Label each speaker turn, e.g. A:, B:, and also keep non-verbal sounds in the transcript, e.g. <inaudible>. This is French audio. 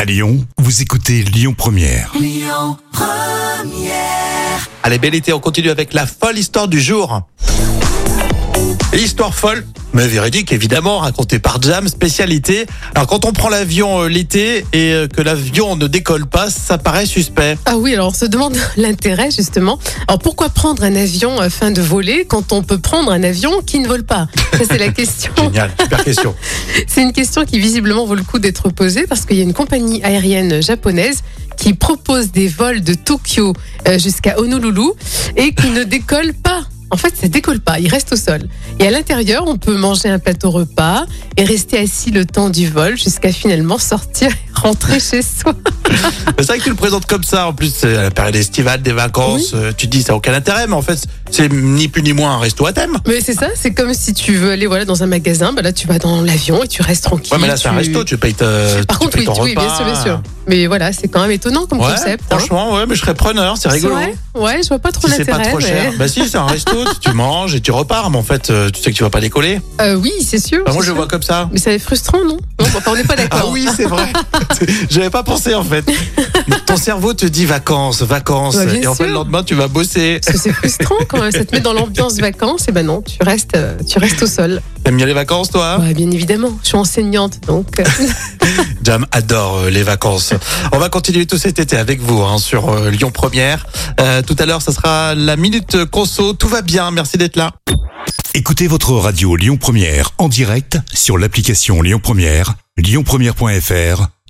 A: À Lyon, vous écoutez Lyon Première.
B: Allez, bel été, on continue avec la folle histoire du jour. Histoire folle, mais véridique évidemment, racontée par Jam, spécialité. Alors quand on prend l'avion euh, l'été et euh, que l'avion ne décolle pas, ça paraît suspect.
C: Ah oui, alors on se demande <laughs> l'intérêt justement. Alors pourquoi prendre un avion afin de voler quand on peut prendre un avion qui ne vole pas Ça c'est la question.
B: Génial, super question.
C: C'est une question qui visiblement vaut le coup d'être posée parce qu'il y a une compagnie aérienne japonaise qui propose des vols de Tokyo euh, jusqu'à Honolulu et qui ne décolle pas. En fait, ça décolle pas, il reste au sol. Et à l'intérieur, on peut manger un plateau repas et rester assis le temps du vol jusqu'à finalement sortir et rentrer chez soi.
B: <laughs> C'est vrai que tu le présentes comme ça, en plus c'est la période estivale, des vacances, euh, tu te dis ça n'a aucun intérêt, mais en fait c'est ni plus ni moins un resto à thème.
C: Mais c'est ça, c'est comme si tu veux aller voilà dans un magasin, bah là tu vas dans l'avion et tu restes tranquille.
B: Ouais mais là c'est un
C: tu-
B: resto, tu payes, ta,
C: Par
B: tu
C: contre,
B: payes
C: oui,
B: ton
C: oui, bien
B: repas.
C: sûr, bien sûr. Mais voilà, c'est quand même étonnant comme
B: Ouais,
C: concept. hein.
B: franchement, ouais, mais je serais preneur, c'est rigolo.
C: Ouais, ouais, je vois pas trop
B: Si c'est
C: l'intérêt.
B: pas trop
C: mais-
B: cher, bah si, c'est un resto, tu manges et tu repars, mais en fait, euh, tu sais que tu vas pas décoller.
C: Euh, oui, c'est sûr.
B: Bah, moi, je
C: c'est sûr.
B: vois comme ça.
C: Mais c'est frustrant, non Non, enfin, on n'est pas d'accord.
B: Ah oui, c'est vrai. <laughs> J'avais pas pensé en fait. Ton cerveau te dit vacances, vacances,
C: Bah, bien
B: et en fait
C: sûr.
B: le lendemain tu vas bosser.
C: Parce que c'est frustrant quand même, ça te met dans l'ambiance vacances, et ben non, tu restes, euh, tu restes au sol.
B: T'aimes bien les vacances toi
C: Ouais, bien évidemment, je suis enseignante, donc euh,
B: Jam adore euh, les vacances. On va continuer tout cet été avec vous hein, sur euh, Lyon Première. Euh, tout à l'heure, ça sera la minute conso. Tout va bien. Merci d'être là.
A: Écoutez votre radio Lyon Première en direct sur l'application Lyon Première, lyonpremière.fr